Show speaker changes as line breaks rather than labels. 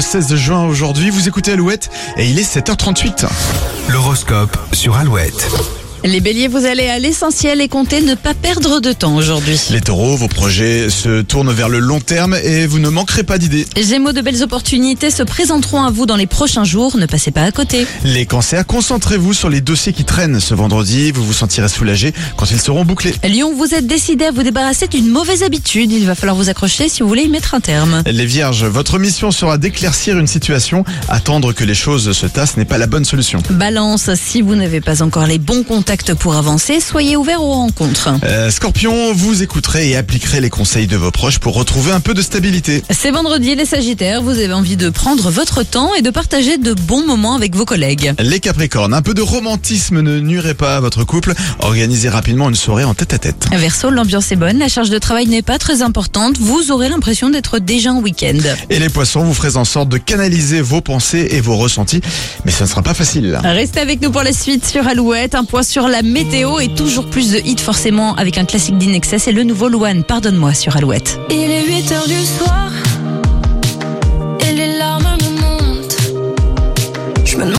16 juin aujourd'hui. Vous écoutez Alouette et il est 7h38.
L'horoscope sur Alouette.
Les béliers, vous allez à l'essentiel et comptez ne pas perdre de temps aujourd'hui.
Les taureaux, vos projets se tournent vers le long terme et vous ne manquerez pas d'idées.
Gémeaux, de belles opportunités se présenteront à vous dans les prochains jours, ne passez pas à côté.
Les cancers, concentrez-vous sur les dossiers qui traînent ce vendredi. Vous vous sentirez soulagé quand ils seront bouclés.
Lyon, vous êtes décidé à vous débarrasser d'une mauvaise habitude, il va falloir vous accrocher si vous voulez y mettre un terme.
Les vierges, votre mission sera d'éclaircir une situation. Attendre que les choses se tassent n'est pas la bonne solution.
Balance, si vous n'avez pas encore les bons contacts pour avancer, soyez ouvert aux rencontres.
Euh, scorpion, vous écouterez et appliquerez les conseils de vos proches pour retrouver un peu de stabilité.
C'est vendredi, les sagittaires, vous avez envie de prendre votre temps et de partager de bons moments avec vos collègues.
Les capricornes, un peu de romantisme ne nuirait pas à votre couple. Organisez rapidement une soirée en tête à tête.
Verso, l'ambiance est bonne, la charge de travail n'est pas très importante, vous aurez l'impression d'être déjà en week-end.
Et les poissons, vous ferez en sorte de canaliser vos pensées et vos ressentis, mais ça ne sera pas facile.
Restez avec nous pour la suite sur Alouette, un point sur la météo et toujours plus de hits forcément avec un classique d'Inexcess et le nouveau Luan, pardonne-moi sur Alouette.
Il est 8 heures du soir.